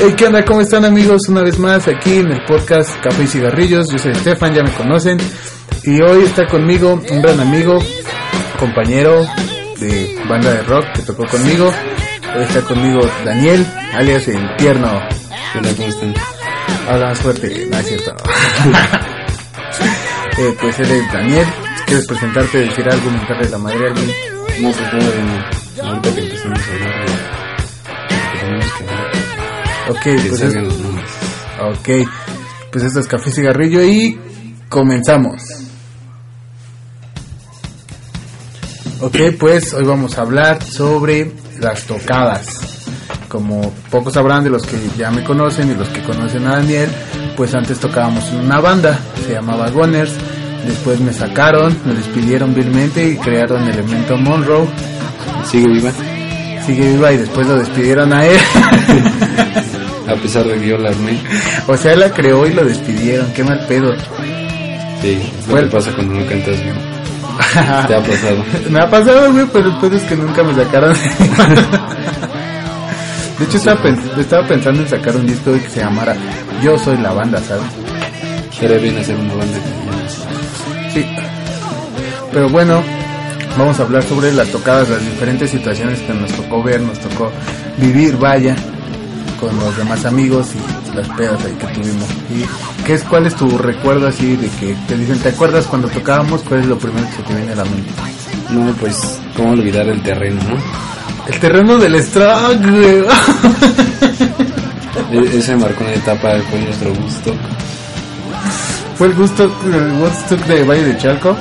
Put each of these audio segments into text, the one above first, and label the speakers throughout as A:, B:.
A: Hey, ¿Qué onda? ¿Cómo están amigos? Una vez más aquí en el podcast Café y Cigarrillos. Yo soy Estefan, ya me conocen. Y hoy está conmigo un gran amigo, compañero de banda de rock que tocó conmigo. Hoy está conmigo Daniel, alias el tierno.
B: Hola, ¿cómo están?
A: Habla más fuerte, no es cierto. Eh, pues él es Daniel. ¿Quieres presentarte, decir algo, mentarle la madre a alguien?
B: No se puede, no. ahorita que empezamos a hablar de lo que tenemos que hablar,
A: Ok,
B: que
A: pues, es-
B: salgan los nombres.
A: ok. pues esto es Café y Cigarrillo y comenzamos. Ok, pues hoy vamos a hablar sobre las tocadas. Como pocos sabrán de los que ya me conocen y los que conocen a Daniel, pues antes tocábamos en una banda, se llamaba Goners. Después me sacaron, me despidieron vilmente y crearon Elemento Monroe.
B: Sigue viva,
A: Sigue viva y después lo despidieron a él.
B: a pesar de que yo la armé.
A: o sea, él la creó y lo despidieron. Qué mal pedo.
B: Sí, es lo
A: Bueno.
B: que pasa cuando no cantas bien. Te ha pasado.
A: Me ha pasado, güey, pero el pedo es que nunca me sacaron. De hecho, estaba, pen- estaba pensando en sacar un disco que se llamara Yo Soy la Banda, ¿sabes?
B: Era bien hacer una banda que ya no sé.
A: Sí. Pero bueno, vamos a hablar sobre las tocadas, las diferentes situaciones que nos tocó ver, nos tocó vivir, vaya, con los demás amigos y las pedas ahí que tuvimos. ¿Y qué es, ¿Cuál es tu recuerdo así de que te dicen, ¿te acuerdas cuando tocábamos? ¿Cuál es lo primero que se te viene a la mente?
B: No, pues, ¿cómo olvidar el terreno, no?
A: El terreno del Strong, güey.
B: E- ese marcó una etapa, fue nuestro gusto.
A: Fue el gusto, el Woodstock de Valle de Chalco.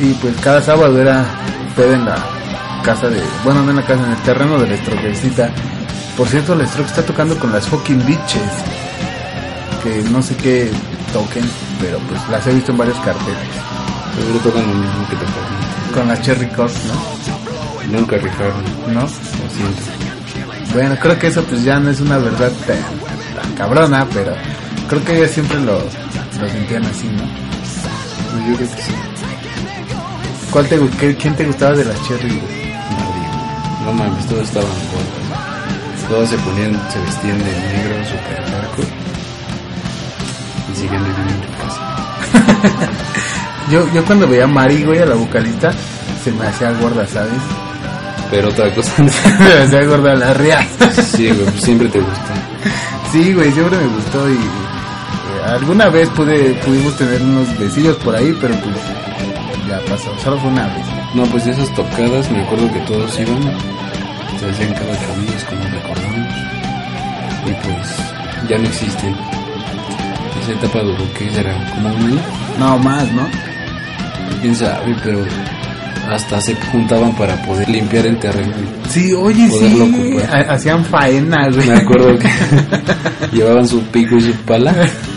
A: Y pues cada sábado era peda en la casa de, bueno, no en la casa, en el terreno de la Stroquecita. Por cierto, la Stroke está tocando con las fucking bitches. Que no sé qué toquen, pero pues las he visto en varios carteles.
B: Seguro tocan lo mismo que tocaron.
A: Con las Cherry Corps, ¿no?
B: Nunca rifaron,
A: ¿No?
B: lo siento.
A: Bueno, creo que eso pues ya no es una verdad tan, tan cabrona, pero creo que ellos siempre lo, lo sentían así, ¿no?
B: Pues Yo creo que sí.
A: ¿Cuál te, gu- qué- ¿Quién te gustaba de las Cherry? güey?
B: Nadie. No mames, todos estaban gordos. Todos se ponían, se vestían de negro, super narco. Y siguen viviendo en tu casa.
A: Yo, yo cuando veía a Mari, güey, a la vocalista, se me hacía gorda, ¿sabes?
B: Pero otra cosa,
A: se me hacía gorda la real.
B: sí, güey, pues siempre te gusta.
A: sí, güey, siempre me gustó y eh, alguna vez pude, pudimos tener unos besillos por ahí, pero pues ya pasó, solo fue una vez.
B: No, pues de esas tocadas me acuerdo que todos iban. Se hacían cada camino, como recordamos. Y pues ya no existen. Esa etapa duró, ¿qué será? ¿Como un año?
A: No más, ¿no?
B: ¿Quién sabe? Pero hasta se juntaban para poder limpiar el terreno.
A: Sí, oye,
B: Poderlo
A: sí,
B: ocupar.
A: ha- hacían faena, güey.
B: pues. Me acuerdo que llevaban su pico y su pala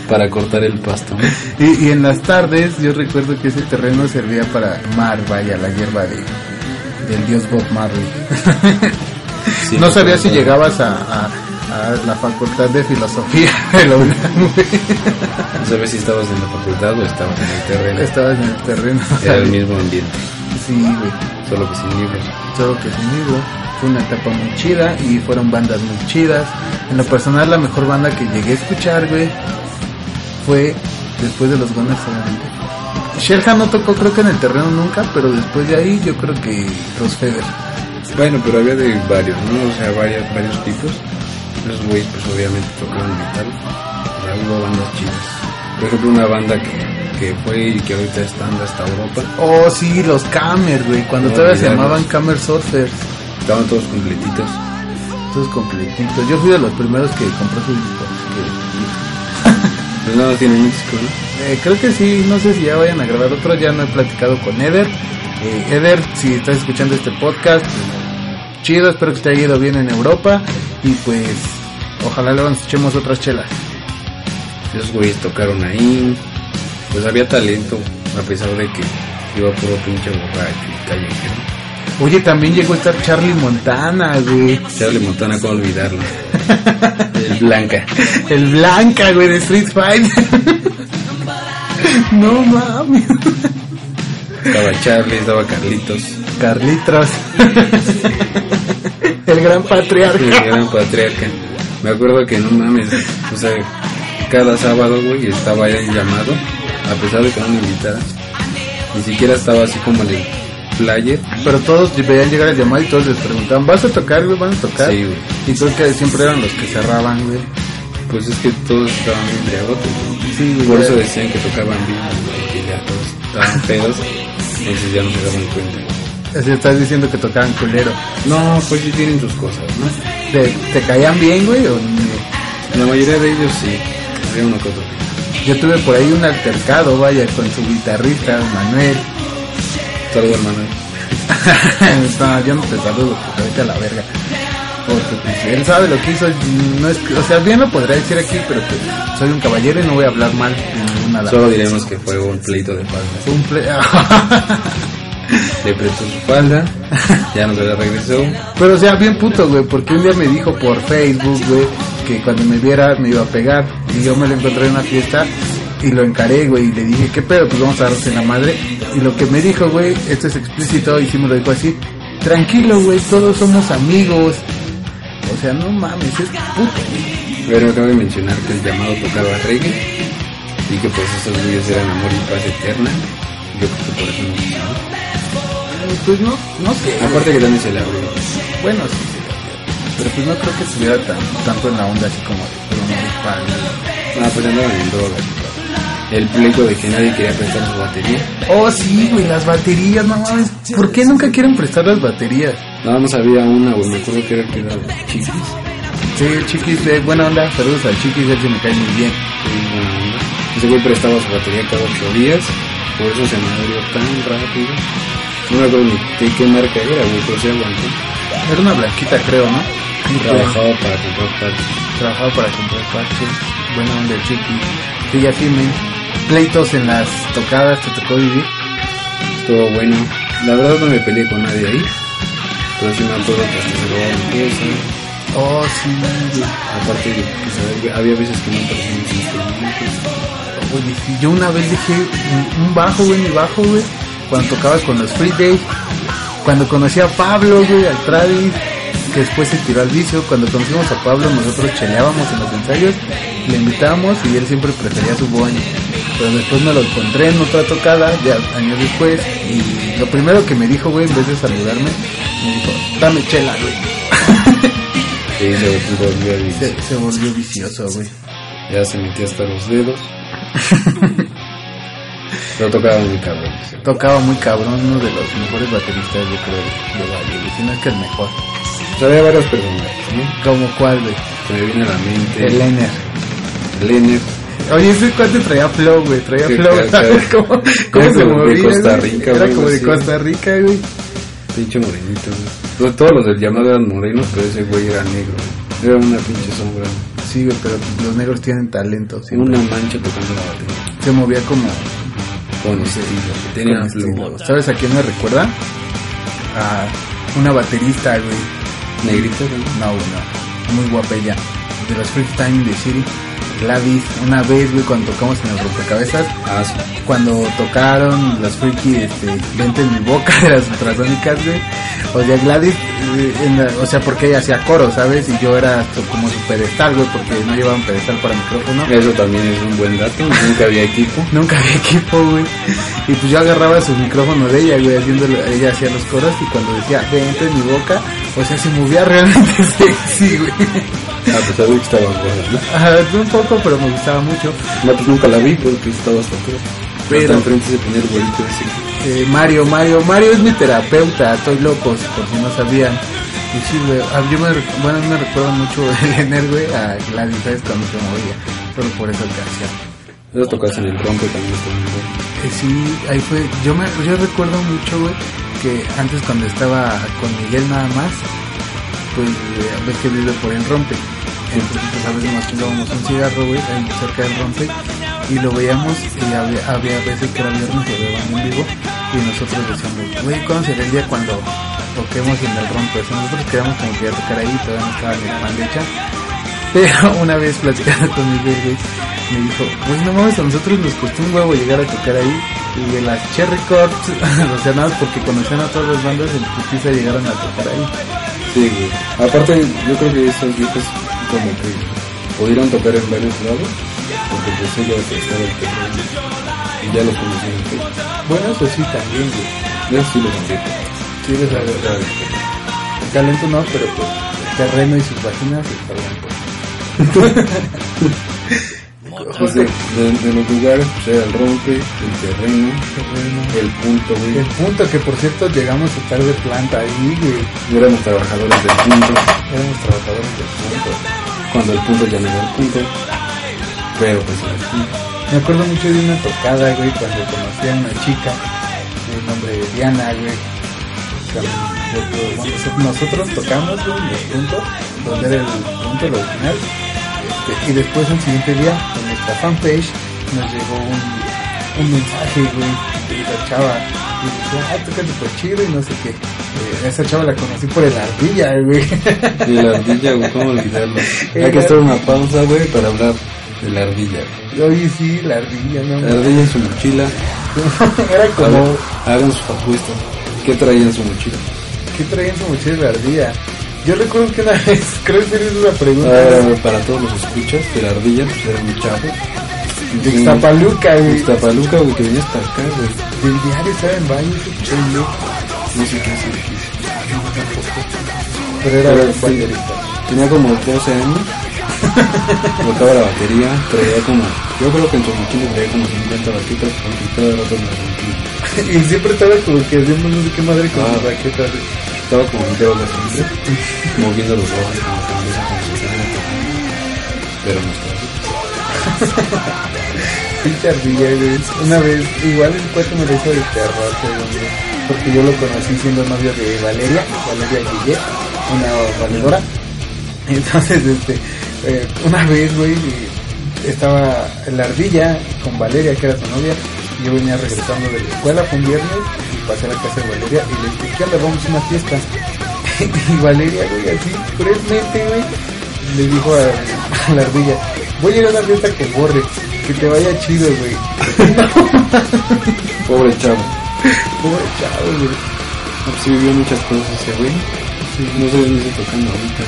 B: para cortar el pasto. ¿no?
A: Y, y en las tardes yo recuerdo que ese terreno servía para mar, vaya, la hierba de, del dios Bob Marley.
B: Sí,
A: no
B: me
A: sabía
B: acuerdo.
A: si llegabas a, a- a la facultad de filosofía de la UNAM, güey.
B: No sabía si estabas en la facultad o estabas en el terreno.
A: Estabas en el terreno.
B: Era el mismo ambiente,
A: Sí, güey.
B: solo que sin libros.
A: Todo que sin libro. Fue una etapa muy chida y fueron bandas muy chidas. En lo personal, la mejor banda que llegué a escuchar, güey, fue después de los Gunners, obviamente. Sherhan no tocó, creo que en el terreno nunca, pero después de ahí yo creo que los Feder.
B: Bueno, pero había de varios, ¿no? O sea, varios, varios tipos. Los güeyes, pues obviamente tocaban metal. Y hubo bandas chidas. Por ejemplo, una banda que, que fue y que ahorita está andando hasta Europa.
A: Oh, sí, los Kammer, güey. Cuando
B: No
A: todavía se
B: olvidarlos.
A: llamaban Kammer Surfers.
B: Estaban todos completitos.
A: Todos completitos. Yo fui de los primeros que compró su disco.
B: Pues nada, tienen un disco, ¿no?
A: Eh, creo que sí, no sé si ya vayan a grabar otro, ya no he platicado con Eder. Eh, Eder, si estás escuchando este podcast, pues, chido, espero que te haya ido bien en Europa y pues ojalá luego nos echemos otras chelas.
B: Esos güeyes tocaron ahí. Pues había talento, a pesar de que iba puro pinche borracho y callejero.
A: Oye, también llegó a estar Charlie Montana, güey.
B: Charlie Montana, ¿cómo olvidarlo? El Blanca.
A: El Blanca, güey, de Street Fighter. no mames.
B: Estaba Charlie, estaba Carlitos.
A: Carlitos. El gran patriarca.
B: El gran patriarca. Me acuerdo que no mames, o sea, cada sábado, güey, estaba ya el llamado, a pesar de que no me invitaran. Ni siquiera estaba así como en el player.
A: Pero todos veían llegar el llamado y todos les preguntaban, ¿vas a tocar, güey? ¿Van a tocar?
B: Sí, güey.
A: Y creo que siempre eran los que cerraban, güey.
B: Pues es que todos estaban bien embriagados, güey.
A: Sí, güey.
B: Por eso decían que tocaban bien, güey, que ya todos estaban pedos, entonces ya no se daban cuenta.
A: Así estás diciendo que tocaban culero.
B: No, pues sí tienen sus cosas, ¿no?
A: ¿Te, te caían bien, güey? o no?
B: La mayoría de ellos sí, había uno que otro.
A: Yo tuve por ahí un altercado, vaya, con su guitarrista, Manuel.
B: Saludos, hermano.
A: no, yo no te saludo, porque vete a la verga. Porque pues, él sabe lo que hizo, no es, que- o sea, bien lo podría decir aquí, pero pues, soy un caballero y no voy a hablar mal en ninguna lado.
B: Solo diremos que fue un pleito de falda.
A: Fue un ple-
B: Le prestó su falda, ya no se la regresó.
A: pero o sea, bien puto, güey, porque un día me dijo por Facebook, güey, que cuando me viera me iba a pegar. Y yo me lo encontré en una fiesta y lo encaré, güey, y le dije, ¿qué pedo? Pues vamos a darnos en la madre. Y lo que me dijo, güey, esto es explícito y sí me lo dijo así, tranquilo, güey, todos somos amigos. O sea, no mames, es puto, güey.
B: Pero acabo de mencionar que el llamado tocaba reggae y que pues esos vídeos eran amor y paz eterna. Yo creo que por eso no se sabe.
A: Pues no, no sé.
B: Aparte que también se le abrió.
A: Bueno, sí, sí. Pero pues no creo que estuviera tan, tanto en la onda así como de pero no es para mí.
B: Ah, pues andaban en drogas. El pleito de que nadie quería prestar su batería.
A: Oh, sí, güey, las baterías, no mames. ¿Por qué nunca quieren prestar las baterías?
B: Nada más había una, güey. Me acuerdo que era el que era chiquis.
A: Sí, el chiquis, de buena onda. Saludos al chiquis, él se me cae muy bien.
B: Ese güey prestaba su batería cada ocho días. Por eso se me abrió tan rápido. No me acuerdo ni qué- qué marca era, güey, pero se aguantó.
A: Era una blanquita, creo, ¿no?
B: Trabajaba para comprar partes.
A: Trabajaba para comprar parches. Buena onda el chiquis. Sí, ya sí, men. Pleitos en las tocadas, te tocó vivir.
B: Estuvo bueno. La verdad no me peleé con nadie ahí. Pero sí me acuerdo que hasta se robaron cosas.
A: Oh, sí, güey.
B: Aparte, pues, había veces que no aparecían mis instrumentos.
A: Oye, sí, yo una vez dejé un- un bajo, güey, mi bajo, güey, cuando tocaba con los Free Day, cuando conocí a Pablo, güey, al Travis, que después se tiró al vicio, cuando conocimos a Pablo nosotros cheleábamos en los ensayos, le invitábamos y él siempre prefería su boing, pero después me lo encontré en otra tocada, ya años después, y lo primero que me dijo, güey, en vez de saludarme, me dijo, dame chela, güey,
B: Y se volvió a vivir.
A: se, se volvió vicioso, güey.
B: Ya se metía hasta los dedos. Pero tocaba muy cabrón. sí.
A: Tocaba muy cabrón, uno de los mejores bateristas, yo creo, de Valle, güey, si no es que el mejor.
B: O sea, había varios personajes, ¿no?
A: ¿Como cuál, güey?
B: Se me viene a la mente.
A: El Lenner.
B: Lener.
A: Oye, ese cuate traía flow, güey. Traía
B: Sí,
A: flow,
B: claro,
A: ¿sabes?
B: claro.
A: ¿Cómo,
B: Era
A: cómo se
B: como de
A: movía?
B: Costa
A: güey?
B: Rica,
A: Era
B: güey,
A: como de
B: sí.
A: Costa Rica, güey.
B: Pinche morenito, güey. No, Todos los del llamado eran morenos, pero ese güey era negro. güey. Era una pinche sombra.
A: Sí, güey, pero los negros tienen talento. siempre.
B: Una mancha tocando la batería.
A: Se movía como...
B: Con estilo. que Tenía
A: con este
B: plumón.
A: estilo. ¿Sabes a quién me recuerda? A una baterista, güey.
B: Negrito, güey.
A: No, güey, no. Muy guapa ella. De los Freak Time de City. Gladys, una vez, güey, cuando tocamos en el rompecabezas,
B: Ah, sí.
A: cuando tocaron las freaky este, vente en mi boca de las ultrasónicas, güey. O sea, Gladys, eh, en la- o sea, porque ella hacía coro, ¿sabes? Y yo era so- como su pedestal, güey, porque no llevaban pedestal para micrófono.
B: Eso también es un buen dato. Nunca había equipo.
A: Nunca había equipo, güey. Y pues yo agarraba su micrófono de ella, güey, haciendo, ella hacía los coros y cuando decía, vente en mi boca, o sea, se movía realmente sexy, güey.
B: A pesar de que estaban gordas, ¿no?
A: Ajá, Un poco, pero me gustaba mucho.
B: No, pues nunca la vi porque estaba hasta atrás.
A: Pero-
B: Hasta enfrente se ponía el güerito así.
A: Eh, Mario, Mario, Mario es mi terapeuta, estoy locos, por si no sabían. Y sí, güey, a- yo me, rec- bueno, a mí me recuerda mucho el Ener, güey, a Gladys, ¿sabes? Cuando se movía, solo por esa canción.
B: Eso tocas en el rompe también. estaban gordas.
A: Eh, sí, ahí fue, yo me, yo recuerdo mucho, güey, que antes cuando estaba con Miguel nada más, pues, eh, ves que vive por el rompe. Entonces, pues a veces nos chingábamos un cigarro, güey, ahí cerca del rompe, y lo veíamos, y había, había veces que era viernes, lo daban en vivo, y nosotros decíamos, güey, ¿cuándo será el día cuando toquemos en el rompe? O sea, nosotros quedamos como que ya tocar ahí, todavía no estaba ni la banda hecha. Pero una vez platicando con Miguel, güey, me dijo, güey, no mames, a nosotros nos costó un huevo llegar a tocar ahí. Y de las Cherry Corps, o sea, nada, más porque conocían a todas las bandas, en putiza llegaron a tocar ahí.
B: Sí, güey. Aparte, yo creo que esos viejos como que pudieron tocar en varios lados, porque pues ellos estaban tocando y ya pues, los conocían todos.
A: Bueno, eso sí también, güey.
B: Yo sí los entiendo.
A: Quieres saber, talento no, pero pues el terreno y sus vaginas el cabrón, pues.
B: Pues de, de- de los lugares, pues era el rompe, el terreno,
A: Terreno.
B: el punto, güey.
A: El punto que por cierto llegamos a estar de planta ahí, güey.
B: No éramos trabajadores del punto,
A: Éramos trabajadores del punto.
B: cuando el punto ya no era el punto. Pero pues era el punto.
A: Me acuerdo mucho de una tocada, güey, cuando conocí a una chica de nombre Diana, güey. Cuando- cuando Nosotros tocamos, güey, en el punto, donde era el punto, lo original. Este, Y después, el siguiente día, en nuestra fanpage, nos llegó un, un mensaje, güey, de la chava. Y decía, ah, toca súper chido y no sé qué. Eh, esa chava la conocí por el ardilla, güey.
B: Y la ardilla, güey, ¿cómo olvidarlo? Hay que hacer una pausa, güey, para hablar de la ardilla.
A: Oye, sí, la ardilla, no
B: La ardilla en su mochila.
A: Era
B: Eh. A
A: como.
B: ver, hagan sus apuestas. ¿Qué traía en su mochila?
A: ¿Qué traía en su mochila de ardilla? Yo recuerdo que una vez, creo que esa es la pregunta
B: Ah, para todos los escuchas, que la ardilla pues, era un chavo.
A: de Ixtapaluca, güey.
B: Ixtapaluca, güey, que venía hasta acá, güey.
A: Del diario estaba en baño, ese chulo.
B: No sé qué hace aquí.
A: Pero era
B: Pero
A: el
B: sí.
A: bañerita.
B: Tenía como 12 años. Tocaba la batería, traía como. Yo creo que en su mochila traía como 50 baquetas, porque todo el rato me las rompía.
A: Y siempre estaba como que haciendo no sé qué madre con
B: Ah.
A: sus raquetas. güey.
B: Estaba como un dedo de siempre, moviendo los ojos, como que me hizo como que estaba tocando. Pero no estaba.
A: Pinche ardilla, güey. Una vez, igual el cuate me lo hizo de terror, güey, güey. Porque yo lo conocí siendo novio de Valeria, Valeria Guillet, una valedora. Entonces, este, eh, una vez, güey, eh, estaba la ardilla con Valeria, que era su novia, y yo venía regresando de la escuela, fue un viernes, y pasé a la casa de Valeria y le dije, ¿qué onda? Vamos a una fiesta. y Valeria, güey, así, cruelmente, güey, le dijo a, a la ardilla, voy a ir a una fiesta con Borre, que te vaya chido, güey.
B: Pobre chavo.
A: Pobre chavo, güey.
B: No, pues sí vivió muchas cosas ese güey. No sé dónde está tocando ahorita.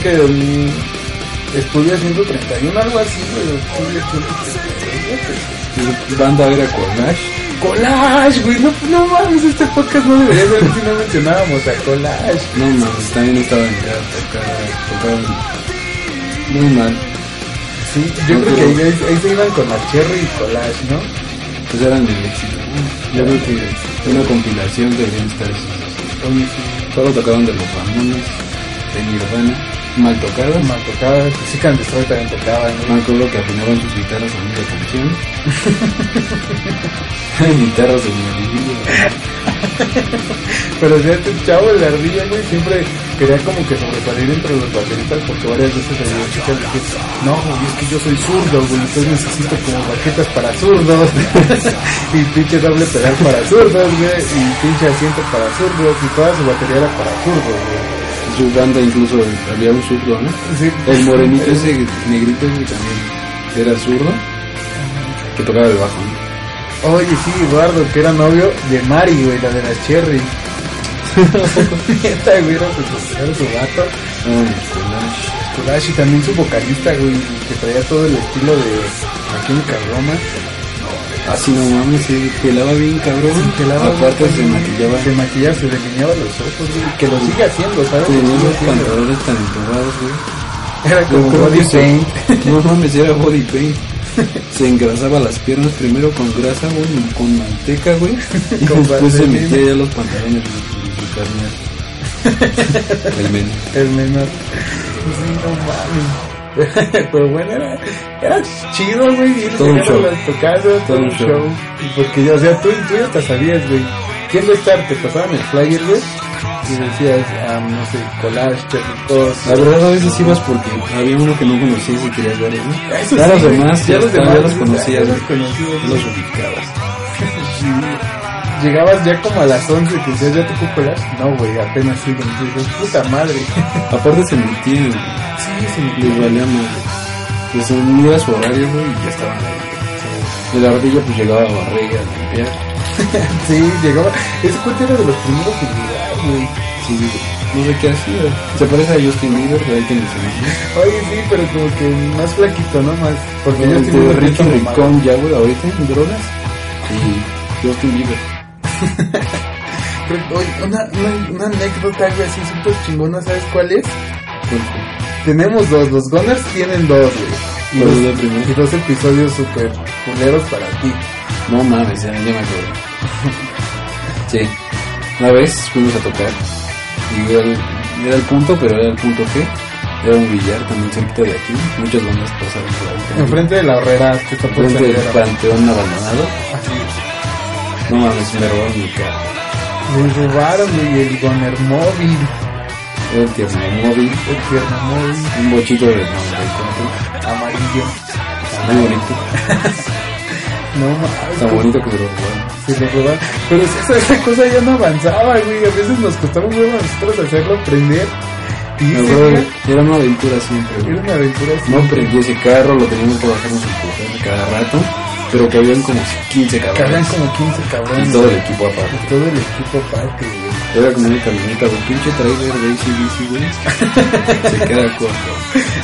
A: Creo que mm, estudia 131, algo así, güey. estudia 131, güey.
B: Su banda era Cornash.
A: Collage, güey, no, no mames, este podcast no debería ser si no mencionábamos a Collage.
B: No mames, también estaba en casa, tocaba, tocaba muy mal.
A: Sí, yo creo que ahí, ahí se iban con la Cherry y Collage, ¿no?
B: Pues eran el éxito. Yo creo que una compilación deberían estar esos.
A: Oye, sí,
B: Solo tocaban de los Ramones, de Nirvana, mal tocadas.
A: mal tocadas, sí, Can Destroy también tocaban,
B: Me
A: ¿no?
B: acuerdo que afinaban sus guitarras a media canción. Eran guitarras de mi
A: Pero ya este chavo, el ardilla, güey, siempre quería como que sobresalir entre los bateristas porque varias veces le digo a Chica, le dije, no, güey, es que yo soy zurdo, güey, entonces necesito como baquetas para zurdos, y pinche doble pedal para zurdos, güey, y pinche asiento para zurdos, y toda su batería era para zurdos, güey.
B: Su banda incluso había un zurdo, ¿no?
A: Sí.
B: El morenito ese, negrito ese también, era zurdo, que tocaba el bajo, ¿no?
A: Oye, sí, Eduardo, que era novio de Mari, güey, la de las Cherry. Neta, güey, era su, era su gato.
B: Ah, Cornash.
A: Kulash y también su vocalista, güey, que traía todo el estilo de Maquímica Roma.
B: Mm. Así Ah, no mames, se pelaba bien cabrón.
A: Que la pues,
B: Aparte se maquillaba.
A: Se maquillaba, se delineaba los ojos, güey. Que lo sigue haciendo, ¿sabes?
B: Tenía
A: Lo sigue
B: unos
A: haciendo.
B: pantalones tan entubados, güey.
A: Era como
B: Yo creo
A: body
B: que se-
A: paint.
B: No mames, era body paint. Se engrasaba las piernas primero con grasa, güey, y con manteca, güey. Y
A: Con
B: después se
A: vaselina.
B: metía ya los pantalones, güey. con su carne. El men.
A: El menor. Sí, no mames. Pero bueno, era, era chido, güey. Ir
B: Todo un
A: llegando
B: show.
A: a las tocadas, todo un show. Y Porque ya, o sea, tú, tú ya hasta sabías, güey. ¿Quién va a estar? Te pasaban el flyer, güey. Y decías, ah, no sé, collage,
B: La
A: chapicos.
B: verdad a veces ibas porque había uno que no conocías y querías ver, ¿no? Ya los demás, ya los demás, ya los conocías,
A: ya los
B: güey.
A: conocías,
B: Los ubicabas.
A: Sí. Llegabas ya como a las 11 y te decías, ¿ya tocó collage? No, güey, apenas siguen. Y dices, puta madre.
B: Aparte se metían, güey.
A: sí, sí, me
B: Les valía madre. Pues no era su horario, güey, y ya estaban ahí. El ardilla pues llegaba a barriga a limpiar.
A: Sí, llegaba. Ese cuate era de los primeros que llegaba, güey.
B: Sí, güey. No sé qué hacía. Se parece a Justin Bieber, pero hay que mencionarlo.
A: Oye, sí, pero como que más flaquito, ¿no? Más. Porque yo
B: Entre
A: tengo
B: Ricky Ricón ya, güey, ahorita en drogas. Y Justin Bieber.
A: Una, una, una anécdota algo así súper chingona, ¿sabes cuál es?
B: Pues,
A: Tenemos dos, los Gunners tienen dos, güey. Y
B: ¿Cuál
A: dos,
B: es la primera?
A: y dos episodios súper culeros para ti.
B: No mames, ya, ya me acuerdo. Sí. Una vez fuimos a tocar. Y era el, era el punto, pero era el punto G. Era un billar también cerquita de aquí. Muchas bandas pasaron por ahí. también.
A: Enfrente de la horrera que está por
B: Enfrente del
A: Saavedra.
B: panteón abandonado.
A: Así.
B: No mames, me robaron mi carro.
A: Le robaron, güey, el Gunner móvil.
B: Era el tierno móvil.
A: El tierno móvil
B: Un bochito de 94.
A: amarillo.
B: Muy bonito.
A: No mames.
B: Tan bonito que me lo robaron.
A: Se lo robaron. Pero si esa, esa cosa ya no avanzaba, güey. A veces nos costaba un huevo a nosotros hacerlo prender. Y
B: No,
A: ese
B: bro,
A: día
B: era una aventura siempre.
A: era
B: güey.
A: una aventura así.
B: No prendí ese carro, lo teníamos que bajarnos a empujar cada rato, pero que habían como 15
A: Que habían
B: cabrones
A: como 15 cabrones.
B: y todo el equipo aparte.
A: Y todo el equipo aparte, güey.
B: Era como una camioneta, un pinche trailer de ACDC, güey. Se queda corto.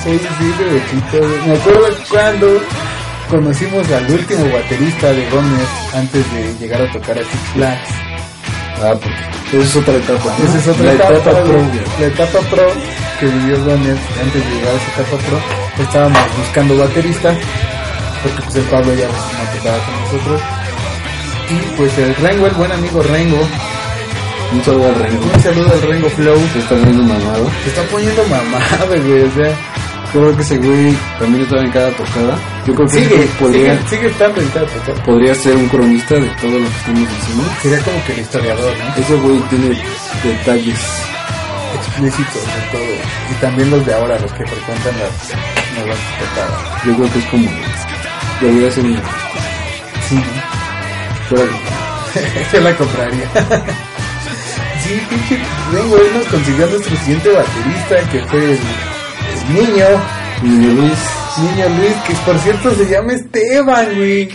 A: Oye, sí, pero aquí todo- Me acuerdo cuando conocimos al último baterista de Gómez antes de llegar a tocar a Six Flags.
B: Ah, porque eso es otra etapa. ¿no?
A: Esa es otra
B: La
A: etapa,
B: pro,
A: pro,
B: güey.
A: la etapa pro que vivió Gómez antes de llegar a esa etapa pro. Estábamos buscando baterista porque pues el Pablo ya no tocaba con nosotros. Y pues el Rengo, el buen amigo Rengo,
B: Un saludo al Rengo.
A: un saludo al Rengo Flow,
B: Se está viendo mamado.
A: se está poniendo mamada, güey, o sea,
B: Creo que ese güey también estaba en cada tocada. Yo creo que ese
A: sigue,
B: güey podría,
A: sigue, sigue estando en cada tocada.
B: podría ser un cronista de todo lo que estamos diciendo.
A: Sería como que el historiador, ¿no?
B: Ese güey tiene detalles
A: Explícitos de todo. Y también los de ahora, los que frecuentan las nuevas tocadas.
B: Yo creo que es como. Lo voy a hacer un.
A: Sí,
B: Fuera.
A: yo la compraría. sí, pinche Rengo, él nos consiguió a nuestro siguiente baterista, que fue el, el niño,
B: Niño Luis.
A: niño Luis, que por cierto se llama Esteban, güey.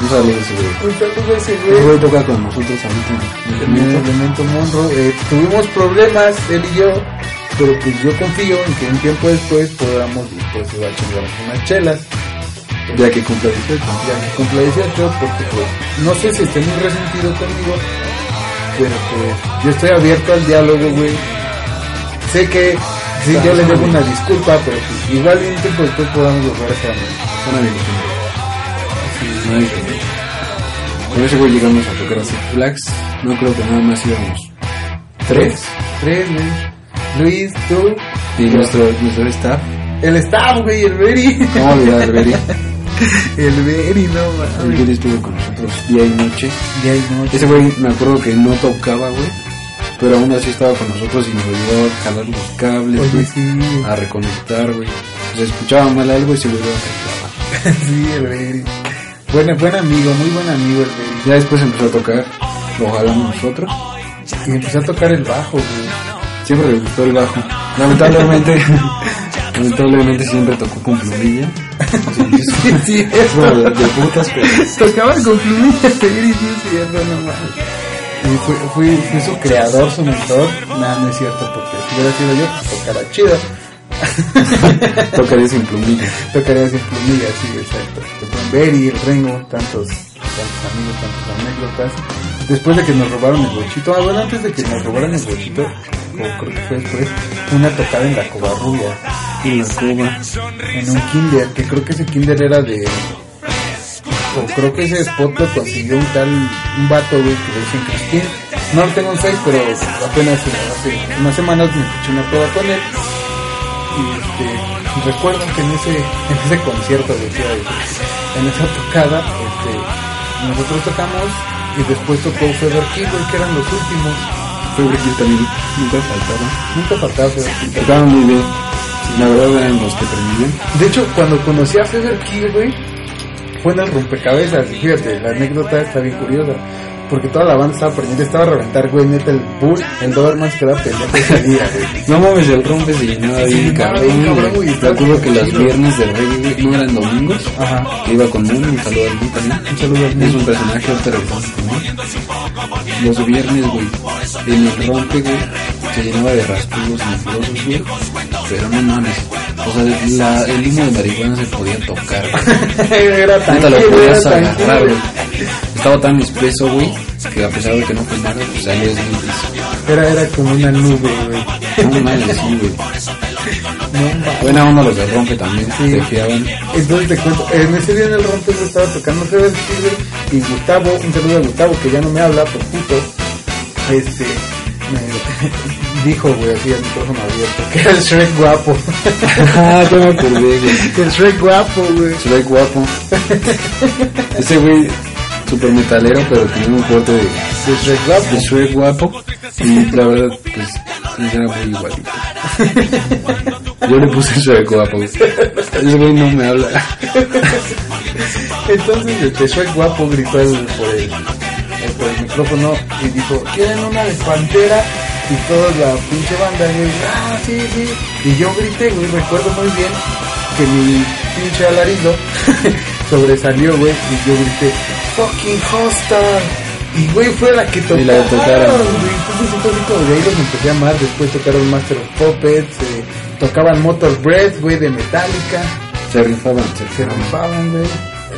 B: Un saludo ese güey.
A: Un saludo a ese
B: Ese
A: güey.
B: güey toca con nosotros ahorita. en el
A: Elemento,
B: movimiento.
A: elemento monro. Eh, tuvimos problemas, él y yo, pero pues yo confío en que un tiempo después podamos ir, pues se va a chingar unas chelas.
B: Ya que cumple 18.
A: ya me cumple 18 porque pues no sé si esté muy resentido conmigo, pero pues yo estoy abierto al diálogo, güey. Sé que sí, yo le debo una disculpa, pero pues igual y un tiempo después podamos volver a ser amigos.
B: Son amigos. Sí, no hay que- Con ese güey llegamos a tocar a Six Flags. No creo que nada más íbamos. Tres.
A: Tres, güey. Luis, tú,
B: Y nuestro, nuestro staff.
A: el staff, güey, el Beri.
B: ¿Cómo olvidar al Beri?
A: El Beri, no
B: El
A: mames.
B: Beri estuvo con nosotros día y noche.
A: Ya hay noche.
B: Ese güey me acuerdo que no tocaba, güey. Pero aún así estaba con nosotros y nos ayudó a jalar los cables,
A: Oye,
B: güey.
A: sí,
B: a reconectar, güey. Se escuchaba mal algo y se volvió a cantar.
A: sí, el Beri. Bueno, buen amigo, muy buen amigo el Beri.
B: Ya después empezó a tocar, lo jalamos nosotros.
A: Y empezó a tocar el bajo, güey.
B: Siempre le gustó el bajo. Lamentablemente, lamentablemente siempre tocó con plumilla.
A: Sí, sí,
B: Es como de, de putas, pero
A: Tocaban con plumillas de gris, sí, es cierto, no mames. Y fue, fui, fui su creador, su mentor. Nada, no es cierto, porque si hubiera sido yo, pues tocara chido.
B: tocaría sin plumilla.
A: Tocaría sin plumillas, sí, exacto. El buen Berry, el Rengo, tantos, tantos amigos, tantas anécdotas. Después de que nos robaron el bochito, ah, bueno, antes de que nos robaran el bochito, o creo que fue después, una tocada en la Covarrubia,
B: Y la cuba.
A: en un kinder, que creo que ese kinder era de... O creo que ese spot lo consiguió un tal, un vato, güey, que le dicen Cristín. No lo tengo en seis, pero apenas hace unas semanas me escuché una prueba con él. Y este, recuerdo que en ese, en ese concierto, güey, que iba a decir, en esa tocada, este, nosotros tocamos y después tocó Fever King, güey, que eran los últimos.
B: Fue que también nunca faltaba.
A: Nunca faltaba Fever King.
B: Tocaban muy bien. La verdad eran los que prendían.
A: De hecho, cuando conocí a Fever King, güey, fue en el rompecabezas. Y Fíjate, la anécdota está bien curiosa. Porque toda la banda estaba perdida, estaba a reventar, güey, neta, el bull, el Doberman se quedaba pendiente ese día, güey.
B: No mames, el rompe se llenaba bien
A: llenaba
B: cabrón.
A: bien cabrón,
B: güey.
A: güey,
B: Me
A: estaba
B: acuerdo que las
A: chido.
B: viernes de rey, güey, no eran domingos.
A: Ajá.
B: que iba con Moon, un saludo al Moon también.
A: Un saludo al Moon.
B: Es un personaje alternativo, ¿no? Los viernes, güey, en el rompe, güey, se llenaba de rastillos musculosos, güey. Pero no mames. O sea, la- el himno de marihuana se podía tocar, güey.
A: era tan
B: Puta, lo podías agarrar, güey. Estaba tan espeso, güey, que a pesar de que no fumara, pues salía espeso.
A: Era, era como una nube, güey.
B: No mames, sí, güey.
A: No mames.
B: Buena onda los del rompe también,
A: Sí.
B: se fiaban.
A: Entonces te cuento, en ese día en el rompe yo estaba tocando otra vez güey, y Gustavo, un saludo a Gustavo que ya no me habla por puto, este, me dijo, güey, así al micrófono abierto, que era el Shrek guapo,
B: Ah, ya me acordé, güey.
A: el Shrek guapo, güey.
B: Shrek guapo. Ese güey, super metalero, pero tenía un corte de,
A: El Shrek guapo.
B: de Shrek guapo. Y la verdad, pues, era muy igualito. Yo le puse Shrek guapo. güey. Ese güey no me habla.
A: Entonces este, el que Shrek guapo gritó el- por, el, el- por el micrófono y dijo, ¿quieren una de Pantera? Y toda la pinche banda, güey, ah, sí, sí. Y yo grité, güey, recuerdo muy bien que mi pinche alarido sobresalió, güey, y yo grité, fucking hostile. Y güey fue la que tocó.
B: Y la tocaron.
A: Entonces entonces, como de ahí los empecé a amar, después tocaron Master of Puppets, eh, tocaban Motor Breath, güey, de Metallica
B: Se rifaban, se
A: se
B: rifaban.
A: rompaban, güey.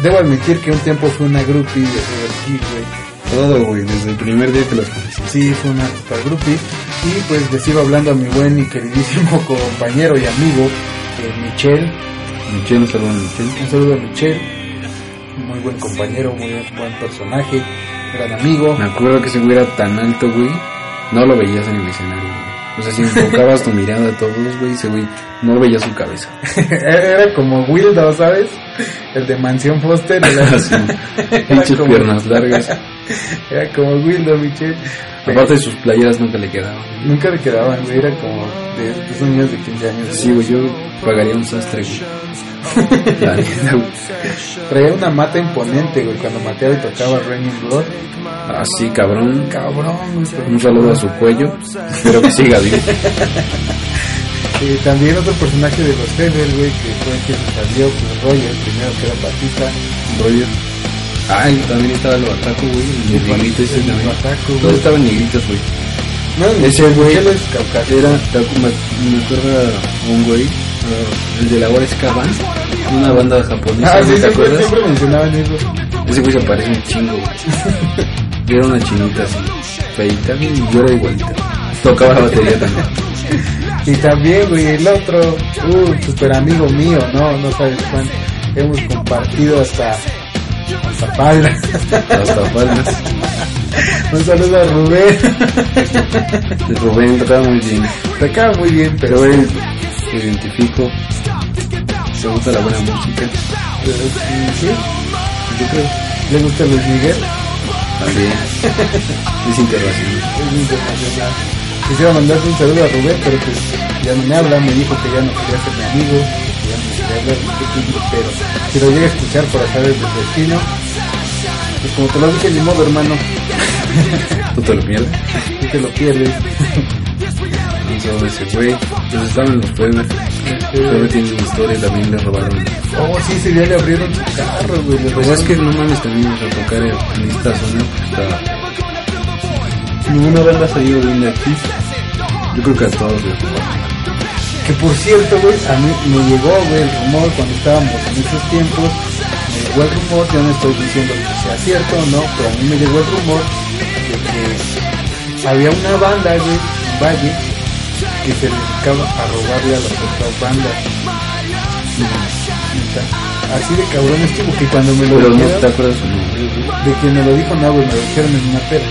A: Debo admitir que un tiempo fue una groupie de River Kick, güey.
B: Todo, güey, desde el primer día que los conocí.
A: Sí, fue una super groupie. Y pues les iba hablando a mi buen y queridísimo compañero y amigo, eh, Michel.
B: Michelle, un saludo a Michelle.
A: Un saludo a Michel. Muy buen compañero, muy buen personaje, gran amigo.
B: Me acuerdo que ese güey era tan alto, güey. No lo veías en el escenario, güey. O sea, si enfocabas tu mirada a todos, güey, ese güey no veía su cabeza.
A: Era como Wildo, ¿sabes? El de Mansión Foster. Era,
B: Así, pinches
A: como-
B: piernas largas.
A: era como Wildo, Michel.
B: Aparte sus playeras nunca le quedaban.
A: Nunca le quedaban, güey. Era como de de esos niños de 15 años.
B: Sí, güey, yo pagaría un sastre, güey. La neta, güey.
A: Traía una mata imponente, güey, cuando mateaba y tocaba Raining Blood.
B: Así, Ah, cabrón.
A: Cabrón, güey. pero-
B: Un saludo a su cuello. Espero que siga vivo.
A: Eh, también otro personaje de los Fever, güey, que fue el que se salió, pues Roger, primero que era Patita.
B: Roger. Ah, él también estaba el bataco, güey. El negrito ese
A: El
B: también.
A: bataco, güey.
B: Todos estaban negritos, güey.
A: No,
B: Ese güey
A: Michelo es Ah, caucásico.
B: Era, te acu- me me acuerdo a un güey, a- el de la Oresca Band, una banda japonesa,
A: Ah,
B: ¿no
A: sí,
B: ¿te
A: siempre,
B: acuerdas?
A: siempre mencionaban eso.
B: Ese güey se parece un chingo, güey. Yo era una chinita así, feita, y yo era igualita. Tocaba la batería también.
A: Y también, güey, el otro, uh, super amigo mío, no, no sabes cuánto. Hemos compartido hasta, hasta palmas.
B: Hasta palmas.
A: Un saludo a Rubén.
B: Rubén tocaba muy bien.
A: Tocaba muy bien, pero
B: Pero él, te identifico. Te gusta la buena música.
A: pero sí, sí.
B: Yo creo.
A: ¿Le gusta Luis Miguel?
B: También. Es internacional.
A: Es internacional. Quisiera mandarle un saludo a Rubén, pero pues ya no me habla, me dijo que ya no quería ser mi amigo, que ya no me quería hablar, no sé qué dijo, pero si lo llega a escuchar para saber del destino, pues como te lo dije de modo hermano,
B: ¿Tú te lo pierdes?
A: tú te lo pierdes.
B: Un saludo a ese güey. Entonces estaban los pueblos. Pero tiene una historia también le robaron.
A: Este, Oh, sí, ese día le abrieron su carro, güey, le
B: Pues es
A: robaron
B: que no mames también, o sea, tocar en esta zona. está- Ninguna banda ha salido bien de aquí. Yo creo que a todos les
A: Que por cierto, güey, a mí me llegó, güey, el rumor cuando estábamos en esos tiempos. Me llegó el rumor, yo no estoy diciendo que sea cierto o no, pero a mí me llegó el rumor de que había una banda, güey, en Valle, que se dedicaba a robarle a las otras bandas. Neta, Así de cabrón estuvo que cuando me lo
B: Pero no
A: dijeron-
B: te acuerdas su nombre, güey.
A: de quien me lo dijo, no, güey, me lo dijeron en una pera.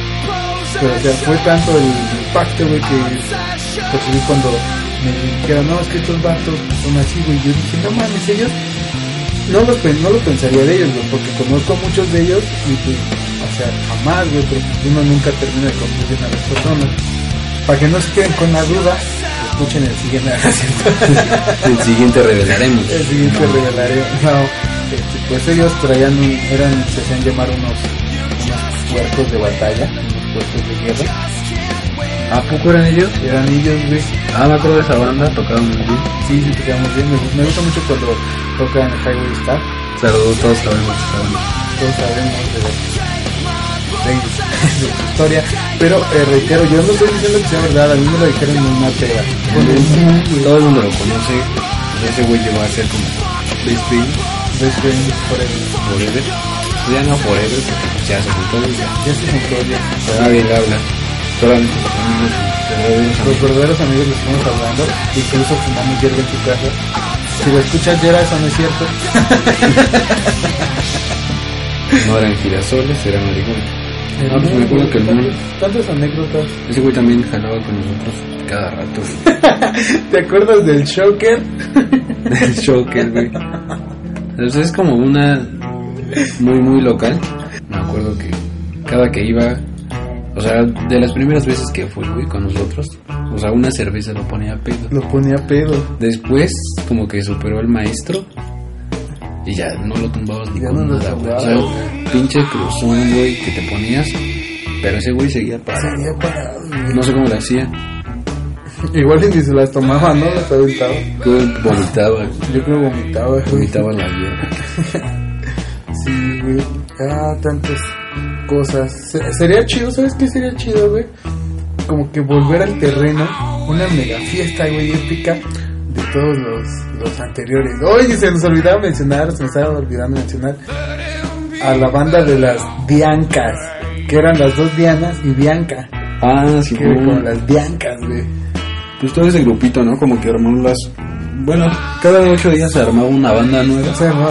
A: Pero, o sea, fue tanto el impacto, güey, que percibí cuando me dijeron, no, es que estos vatos son así, güey. Yo dije, no mames, ellos, no lo, pen- no lo pensaría de ellos, güey, porque conozco a muchos de ellos y, pues, o sea, jamás, güey, pero uno nunca termina de conocer a las personas. Para que no se queden con la duda, escuchen el siguiente,
B: El siguiente revelaremos.
A: el siguiente revelaré. No, este, pues ellos traían, un- eran, se hacían llamar unos, unos puercos de batalla, unos puercos de guerra.
B: ¿A poco eran ellos?
A: Eran ellos, güey.
B: Ah, me acuerdo de esa banda, tocaban muy bien.
A: Sí, sí, digamos bien. Me, me gusta mucho cuando tocan el Highway Star.
B: Saludos, todos sabemos que estaban.
A: Todos sabemos de de, de su historia. Pero eh, reitero, yo no estoy diciendo que sea verdad, a mí me lo dijeron en una peda.
B: Todo el mundo lo conoce. Ese güey llegó a ser como Best Friend,
A: Best friend forever.
B: Forever. Ya no Forever, porque ya se juntó y ya.
A: Ya se juntó, ya.
B: Pues nadie le habla. Solamente los
A: Los
B: amigos, los verdaderos amigos.
A: verdaderos amigos los estamos hablando, incluso fumamos hierba en tu casa. Si lo escuchas, Yera, eso no es cierto.
B: No eran girasoles, eran marihuana. Ah, pues me acuerdo que el mono,
A: ¿Cuántas anécdotas?
B: ese güey también jalaba con nosotros cada rato.
A: ¿Te acuerdas del Shocker?
B: El Shocker, güey. Entonces es como una muy, muy local. Me acuerdo que cada que iba, o sea, de las primeras veces que fue, güey, con nosotros, o sea, una cerveza lo ponía a pedo.
A: Lo ponía pedo.
B: Después, como que superó al maestro y ya no lo tumbabas ni
A: Ya
B: con
A: no lo
B: nada, güey. O
A: tumbabas,
B: sea, pinche cruzón, güey, que te ponías, pero ese güey seguía parado.
A: Seguía parado, güey.
B: No sé cómo lo hacía.
A: Igual y ni se las tomaba, ¿no? Las aventaba.
B: Yo vomitaba, güey.
A: Yo creo que vomitaba, güey.
B: vomitaba la hierba.
A: Sí, güey. Ah, tantas cosas. Se- Sería chido, ¿sabes qué sería chido, güey? Como que volver al terreno, una mega fiesta, güey, épica de todos los, los anteriores. Oye, se nos olvidaba mencionar, se nos estaba olvidando mencionar a la banda de las Biancas, que eran las dos Dianas y Bianca,
B: Ah, sí,
A: que eran como
B: güey.
A: las Biancas, güey.
B: Pues todo ese grupito, ¿no? Como que armó las... Bueno, cada ocho días se armaba una banda nueva.
A: O sea, ¿no?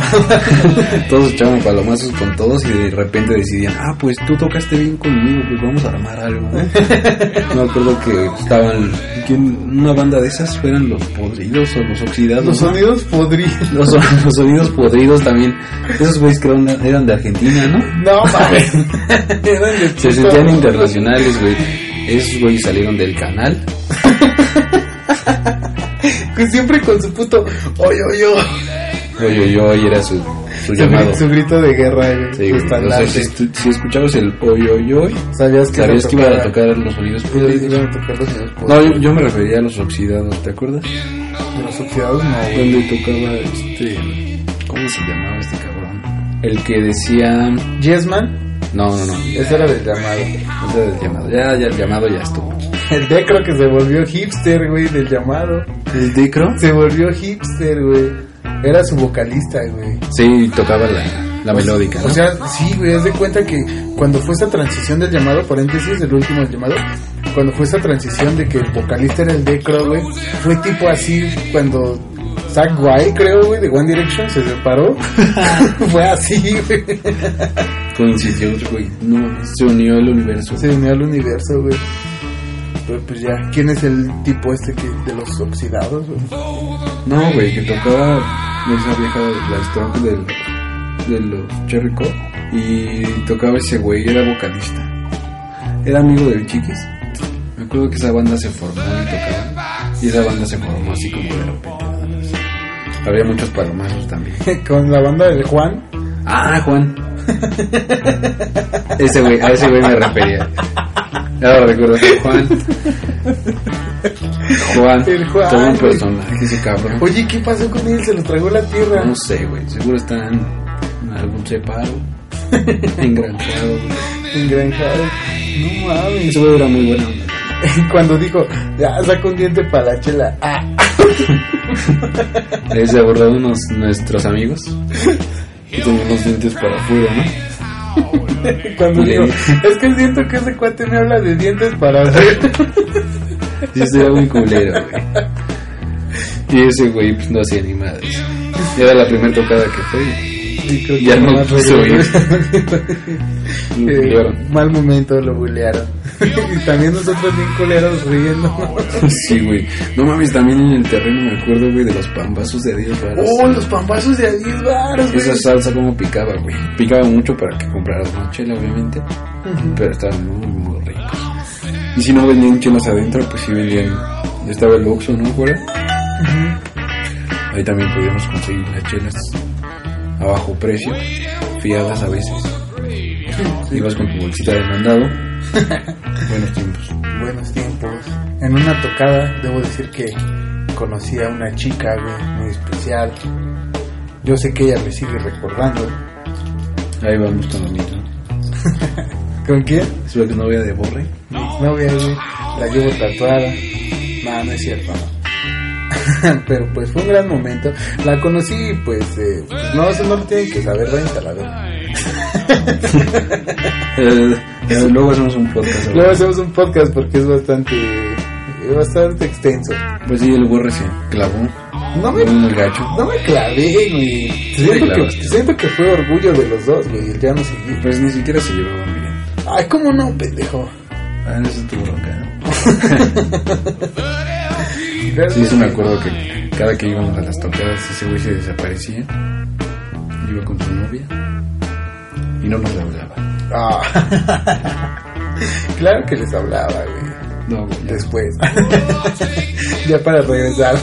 B: Todos echaban palomazos con todos y de repente decidían, ah, pues tú tocaste bien conmigo, pues vamos a armar algo. ¿no? Me acuerdo que estaban... que Una banda de esas fueran los podridos o los oxidados.
A: los
B: ¿no?
A: sonidos podridos.
B: Los, son- los sonidos podridos también. Esos güeyes que eran, eran de Argentina, ¿no?
A: No, mames. Eran de
B: Se
A: puta
B: sentían
A: madre.
B: internacionales, güey. Esos güeyes salieron del canal.
A: Que siempre con su puto oye, oye, oye.
B: Oye, oye, oye, era su, su
A: Su,
B: Pues llamado.
A: gri- su grito de guerra, eh, güey.
B: Sí,
A: su
B: güey. O sea,
A: estandarte.
B: si, estu- si escuchabas el oy oy oy,
A: sabías que,
B: sabías
A: lo
B: que iban a
A: tocaban.
B: tocar los sonidos
A: Iban-
B: podridos.
A: iban a tocar los sonidos
B: No, yo,
A: podridos.
B: yo me refería a los oxidados, ¿te acuerdas?
A: De los oxidados no, güey.
B: Donde tocaba este. ¿Cómo se llamaba este cabrón? El que decía.
A: Yes Man,
B: No, no, no.
A: ese era del llamado.
B: Ese era el llamado. Ya, ya, el llamado ya estuvo.
A: El D creo que se volvió hipster, güey, del llamado.
B: ¿El Dicro?
A: Se volvió hipster, güey. Era su vocalista, güey.
B: Sí, tocaba la, la melódica. ¿no?
A: O sea, sí, güey, haz de cuenta que cuando fue esa transición del llamado, paréntesis, del último del llamado, cuando fue esa transición de que el vocalista era el Decro, güey, fue tipo así cuando Zack White, creo, güey, de One Direction se separó. fue así, güey.
B: coincidió, güey. No, se unió el universo.
A: Se unió al universo, güey. Pero pues ya, ¿quién es el tipo este que de los oxidados, güey?
B: No, güey, que tocaba esa vieja de la Strong del, de los Cherry Cop. Y tocaba ese güey, era vocalista. Era amigo del Chiquis. Me acuerdo que esa banda se formó y tocaba. Y esa banda se formó así como de repente. nada más. Había muchos palomazos también.
A: Con la banda del Juan.
B: Ah, Juan. Ese güey, a ese güey me refería. Ahora recuerdo que Juan. Juan,
A: El Juan,
B: todo un
A: güey.
B: personaje, ese cabrón.
A: Oye, ¿qué pasó con él? Se lo tragó la tierra.
B: No sé, güey. Seguro están en algún separo. Engranjado.
A: Engranjado. No mames.
B: Ese güey era muy bueno.
A: Cuando dijo, ya saca un diente para la chela. Ah,
B: Es de abordar unos nuestros amigos. Que tenían los dientes para afuera, ¿no?
A: cuando
B: Y le
A: dijo,
B: dije.
A: es que siento que ese cuate me habla de dientes para ver.
B: Y ese era muy culero, güey. Y ese güey pues, no hacía ni madres. Y era la primera tocada que fue.
A: Y creo que
B: Ya no
A: nomás
B: quiso
A: regresó.
B: y me
A: Eh,
B: culearon.
A: mal momento lo bulearon. y también nosotros bien culeros riendo.
B: Sí, güey. No mames, también en el terreno me acuerdo, güey, de los pambazos de Dios raros.
A: oh, los pambazos de a 10 varos, güey.
B: Esa salsa como picaba, güey. Picaba mucho para que compraras una chela, obviamente. Pero estaban muy, muy ricos. Y si no vendían chelas adentro, pues sí vendían. Estaba el Oxxo, ¿no? Fuera. Ahí también podíamos conseguir las chelas a bajo precio, fiadas a veces. Ibas con tu bolsita de mandado. Buenos tiempos.
A: Buenos tiempos. En una tocada, debo decir que conocí a una chica, güey, muy especial. Yo sé que ella me sigue recordando.
B: Ahí vamos tan bonito.
A: ¿Con quién?
B: Es la novia de Borre.
A: No, güey, güey, la llevo tatuada. No, no es cierto, no. Pero pues fue un gran momento. La conocí y pues, eh, pues, no, eso no lo tienen que saber, váyanse a la verga.
B: Eh, eh, luego hacemos un podcast.
A: Luego hacemos un podcast porque es bastante, eh, bastante extenso.
B: Pues sí, el Borre se clavó
A: No me,
B: en el gacho.
A: no me clavé, güey. Siento que,
B: clavaste.
A: siento que fue orgullo de los dos, güey. Ya no seguí.
B: Pues ni siquiera se llevaban bien.
A: Ay, ¿cómo no, pendejo?
B: Ah, no, eso es tu bronca, ¿no? Sí, sí me acuerdo que cada que íbamos a las tocadas ese güey se desaparecía. Iba con su novia y no nos hablaba.
A: Ah. claro que les hablaba, güey.
B: No, güey, ya.
A: Después. ya para regresar.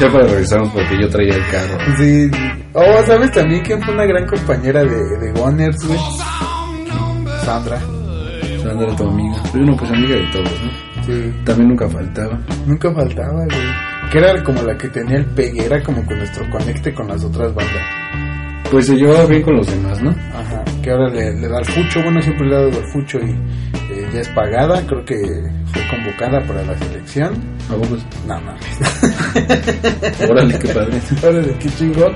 B: Ya para regresarnos porque yo traía el carro.
A: sí. Oh, ¿sabes también quién fue una gran compañera de, de Gunners, güey? Sandra.
B: Sandra, Pues, tu amiga. Pero no, pues amiga de todos, ¿no?
A: Sí.
B: También nunca faltaba.
A: Nunca faltaba, güey. Que era como la que tenía el pegue, era como que nuestro conecte con las otras bandas.
B: Pues se llevaba bien con los demás, ¿no?
A: Ajá. Que ahora le, le da el fucho, bueno, siempre le ha dado el fucho y eh, ya es pagada, creo que fue convocada para la selección.
B: ¿A poco?
A: No, no.
B: Órale, qué padre.
A: Órale, qué chingón.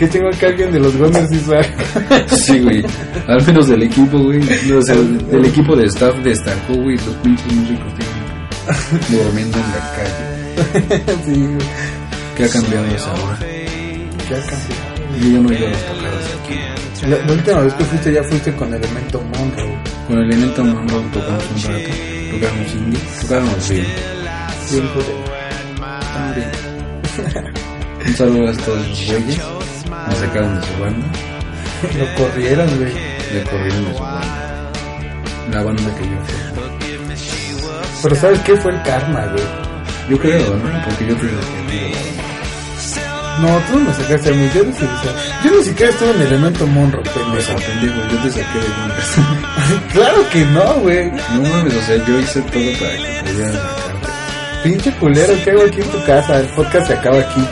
A: Qué chingón que alguien de los Gunners hizo algo.
B: Sí, güey. Al menos del equipo, güey. No, o sea, del equipo de staff destacó, güey, los pinches músicos tienen durmiendo en la calle.
A: sí, güey.
B: ¿Qué ha cambiado esa hora?
A: Ya casi.
B: Yo ya no iba a las tocadas.
A: La, la última vez que fuiste ya fuiste con Elemento Monroe.
B: Con el elemento Monroe tocamos un rato, tocamos indie, tocamos bien.
A: Siempre
B: También. Un saludo a todos los güeyes. Nos sacaron de su banda,
A: lo corrieron, güey.
B: le corrieron de su banda. La banda que yo fui.
A: Pero ¿sabes qué fue el karma, güey?
B: Yo creo, ¿no? Porque yo creo que
A: No, tú no me sacaste a mí. Yo no sé, o sea, yo ni siquiera estuve en Elemento Monroe,
B: me
A: pendejo.
B: pendejo, yo te saqué de bandas.
A: claro que no, güey.
B: No mames, o sea, yo hice todo para que pudieras sacarte.
A: Pinche culero, ¿qué hago aquí en tu casa? El podcast se acaba aquí.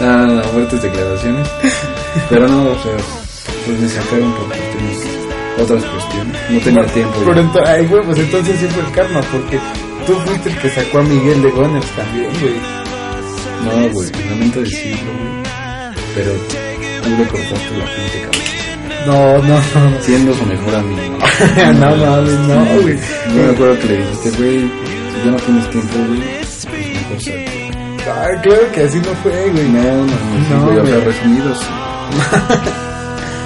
B: Ah, fuertes declaraciones. Pero no, o sea, pues me sacaron por cuestiones, otras cuestiones. No tenía tiempo. ya.
A: Pero ento- ay, güey, pues entonces sí fue el karma, porque tú fuiste el que sacó a Miguel de Gunners también, güey.
B: No, güey, lamento decirlo, güey. Pero tú le cortaste la gente, cabrón.
A: No, no, no. no.
B: Siendo su mejor amigo.
A: No mames, no, güey.
B: Yo me acuerdo que le dijiste, güey, si ya no tienes tiempo, güey, pues mejor salte.
A: Ay, claro que así no fue, güey.
B: No, no,
A: No,
B: no, no güey, o sea,
A: güey.
B: resumido, sí.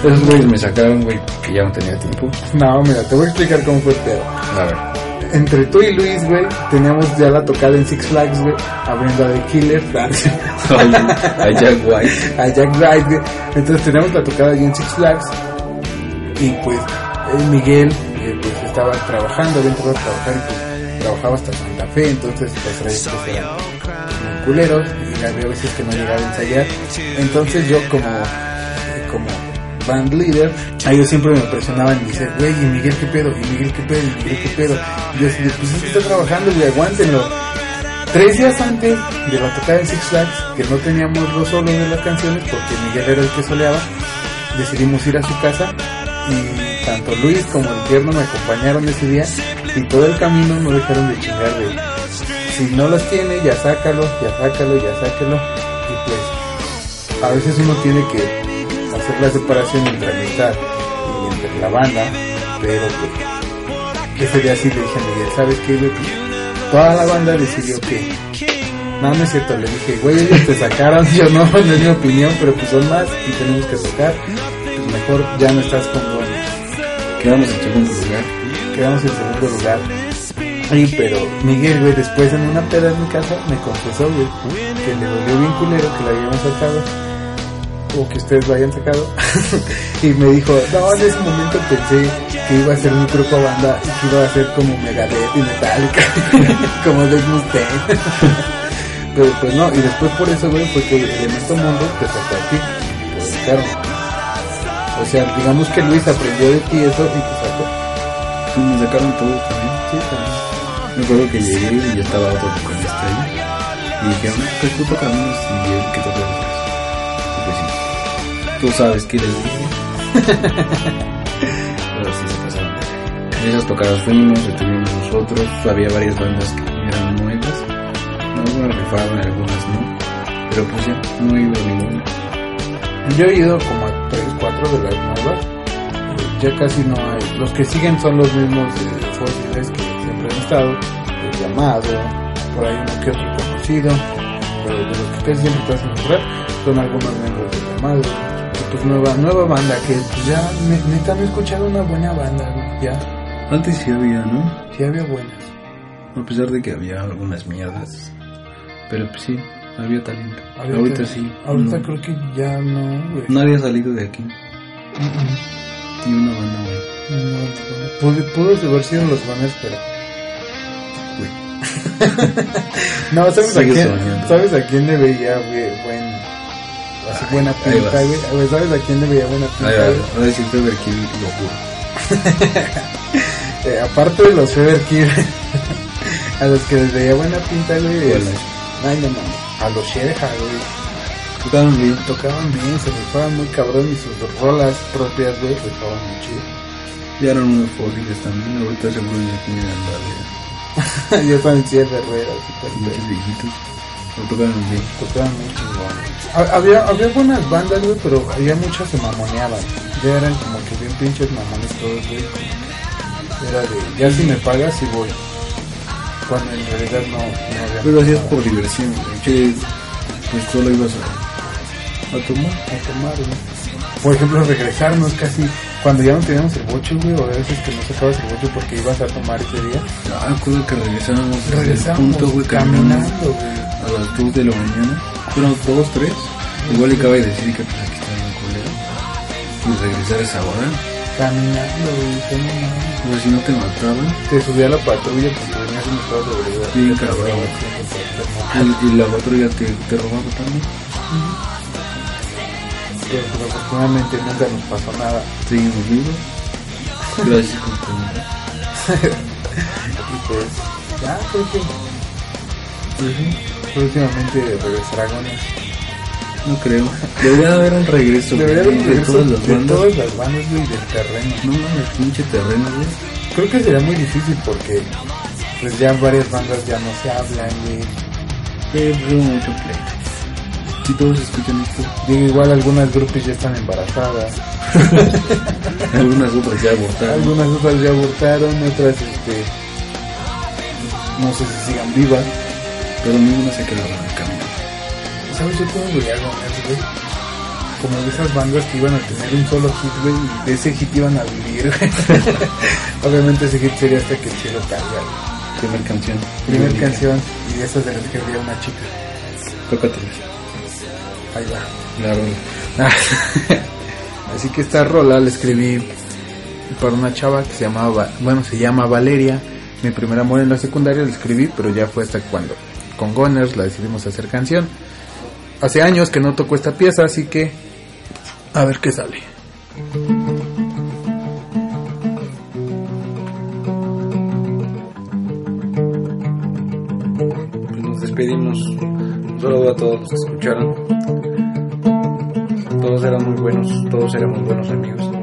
B: Esos güeyes me sacaron, güey, que ya no tenía tiempo.
A: No, mira, te voy a explicar cómo fue el pedo.
B: A ver.
A: Entre tú y Luis, güey, teníamos ya la tocada en Six Flags, güey, abriendo a The Killer, Dance,
B: A Jack White.
A: a Jack Wright, güey. Entonces teníamos la tocada allí en Six Flags y pues eh, Miguel eh, pues estaba trabajando, había entrado a trabajar y pues trabajaba hasta Santa Fe, entonces los trayectos eran muy culeros y había veces que no llegaba a ensayar. Entonces yo como, eh, como band leader, a ellos siempre me presionaban y me decían, güey, ¿y Miguel qué pedo? ¿Y Miguel qué pedo? ¿Y Miguel qué pedo? Y yo así, de, pues es que está trabajando, güey, aguántenlo. Tres días antes de la tocada en Six Flags, que no teníamos los solos de las canciones porque Miguel era el que soleaba, decidimos ir a su casa y tanto Luis como el tierno me acompañaron ese día y todo el camino no dejaron de chingar de si no los tiene ya sácalo, ya sácalo, ya sácalo y pues a veces uno tiene que hacer la separación entre amistad y entre la banda pero pues, ese día sí le dije a Miguel ¿sabes qué? güey? Pues, toda la banda decidió que no, no es cierto, le dije, güey, ellos te sacaron, yo no, no es mi opinión, pero pues son más y tenemos que sacar. Pues mejor ya no estás con Bonnie.
B: Quedamos en segundo lugar.
A: Quedamos en segundo lugar. Ay, pero Miguel, güey, después en una peda en mi casa me confesó, güey, que le dolió bien culero que la habíamos sacado. O que ustedes lo hayan sacado. y me dijo, no, en ese momento pensé que iba a ser mi grupo banda y que iba a ser como Megadeth y Metallica, como Death Mustaine. Pero pues no, y después por eso, güey, fue que Elemento Mundo pues, te sacó a ti, y te sacaron. pues, O sea, digamos que Luis aprendió de ti eso y te sacó.
B: Pues me sacaron todos también.
A: Sí, también.
B: Me acuerdo que llegué y yo estaba otro con la estrella. Y dijeron, pues tú tocas menos y él que toca menos. Y pues sí. Tú sabes que les dije. Pero sí se pasaron. En esas tocadas fuimos, estuvimos nosotros, había varias bandas que eran nuevas. Algunas rifaban, algunas no. Pero pues ya, no he ido a ninguna.
A: Yo he ido como a 3, 4 de las nuevas. Eh, Ya casi no hay. Los que siguen son los mismos eh, fósiles que siempre han estado. El llamado, por ahí uno que otro conocido. Pero de los que casi siempre te hacen entrar son algunos miembros del llamado. Y pues nueva, nueva banda que pues, ya ne- neta no he escuchado una buena banda. güey, Ya,
B: Antes sí había, ¿no?
A: sí había buenas.
B: A pesar de que había algunas mierdas. Pero pues sí, había talento. Ahorita,
A: Ahorita-
B: sí.
A: Ahorita
B: no.
A: creo que ya no, güey.
B: Nadie ha salido de aquí.
A: Mm-mm.
B: Ni una banda, güey.
A: No, mm, no, pudo, pudo haber sido los Guanes, pero.
B: Güey.
A: no, ¿sabes a,
B: Sigue
A: quién,
B: soñando.
A: ¿sabes a quién le veía, güey? Buen, así, buena
B: ahí
A: pinta,
B: vas.
A: güey. A ver, ¿Sabes a quién le veía buena pinta?
B: Ay, ay,
A: güey?
B: ay, Va a decir Fever Kill, lo juro.
A: Eh, aparte de los Fever Kid, a los que les veía buena pinta, güey. es-
B: ¿Cuáles?
A: Ay, no, no. A los Sheja, güey.
B: Tocaron bien.
A: Tocaban bien, se rifaban muy cabrón y sus rolas propias, güey, rifaban muy chido.
B: Ya eran unos fósiles también. Ahorita seguro ya tienen andar
A: ya están en silla de ruedas y tal, pero-
B: Muchos viejitos. Lo tocaron bien.
A: Tocaban muy chingón. Ha- Había, había buenas bandas, güey, pero había muchas que mamoneaban. Ya eran como que bien pinches mamones todos, güey. Era de, ya si me pagas, sí voy. Cuando en realidad no, no había.
B: Pero hacías por diversión, güey. Que, pues solo ibas a, a tomar.
A: a tomar, güey. Por ejemplo, regresarnos casi. Cuando ya no teníamos el bocho, güey, o a veces que no sacabas el bocho porque ibas a tomar ese día.
B: Ah, acuerdo que regresábamos desde el
A: Regresábamos
B: punto, güey, caminando.
A: caminando, güey.
B: a las 2 de la mañana. Fueron 2, 3. Igual y cabe decir que pues aquí está en la culera. Pues regresar a esa hora.
A: Caminando, güey. qué mamada.
B: O sea, si no te mataban.
A: Te subía a la patrulla pues, porque venías en estado de ebriedad.
B: Bien cabrón. Y, y la patrulla te, te robaba también.
A: Pero pues, afortunadamente nunca nos pasó nada.
B: Seguimos vivos. Gracias por todo.
A: Y pues, ya creo que pues próximamente regresará con eso.
B: No creo. Debería haber un regreso.
A: Debería
B: güey,
A: haber un
B: de
A: regreso
B: todas las
A: de
B: bandas.
A: todas las bandas güey, del terreno.
B: No mames, pinche terreno, güey.
A: Creo que será muy difícil porque pues ya varias bandas ya no se hablan güey.
B: Eh, pero mucho play. Si todos escuchan esto,
A: Digo, igual algunas grupos ya están embarazadas.
B: algunas otras ya abortaron.
A: Algunas otras ya abortaron, otras este no sé si sigan vivas.
B: Pero ninguna se quedaron en el camino.
A: ¿Sabes yo cómo veía algo más, güey? Como de esas bandas que iban a tener un solo hit, güey, y de ese hit iban a vivir, güey. Obviamente ese hit sería hasta que el cielo caiga, güey.
B: Primer canción.
A: Primer canción, y de esas de las que había una chica.
B: Tócatelas.
A: Ahí va.
B: La rola.
C: Así que esta rola la escribí para una chava que se llamaba, bueno, se llama Valeria. Mi primer amor en la secundaria la escribí, pero ya fue hasta cuando con Goners la decidimos hacer canción. Hace años que no tocó esta pieza, así que a ver qué sale.
B: Pues nos despedimos. Un saludo a todos los que escucharon. Todos eran muy buenos, todos éramos buenos amigos.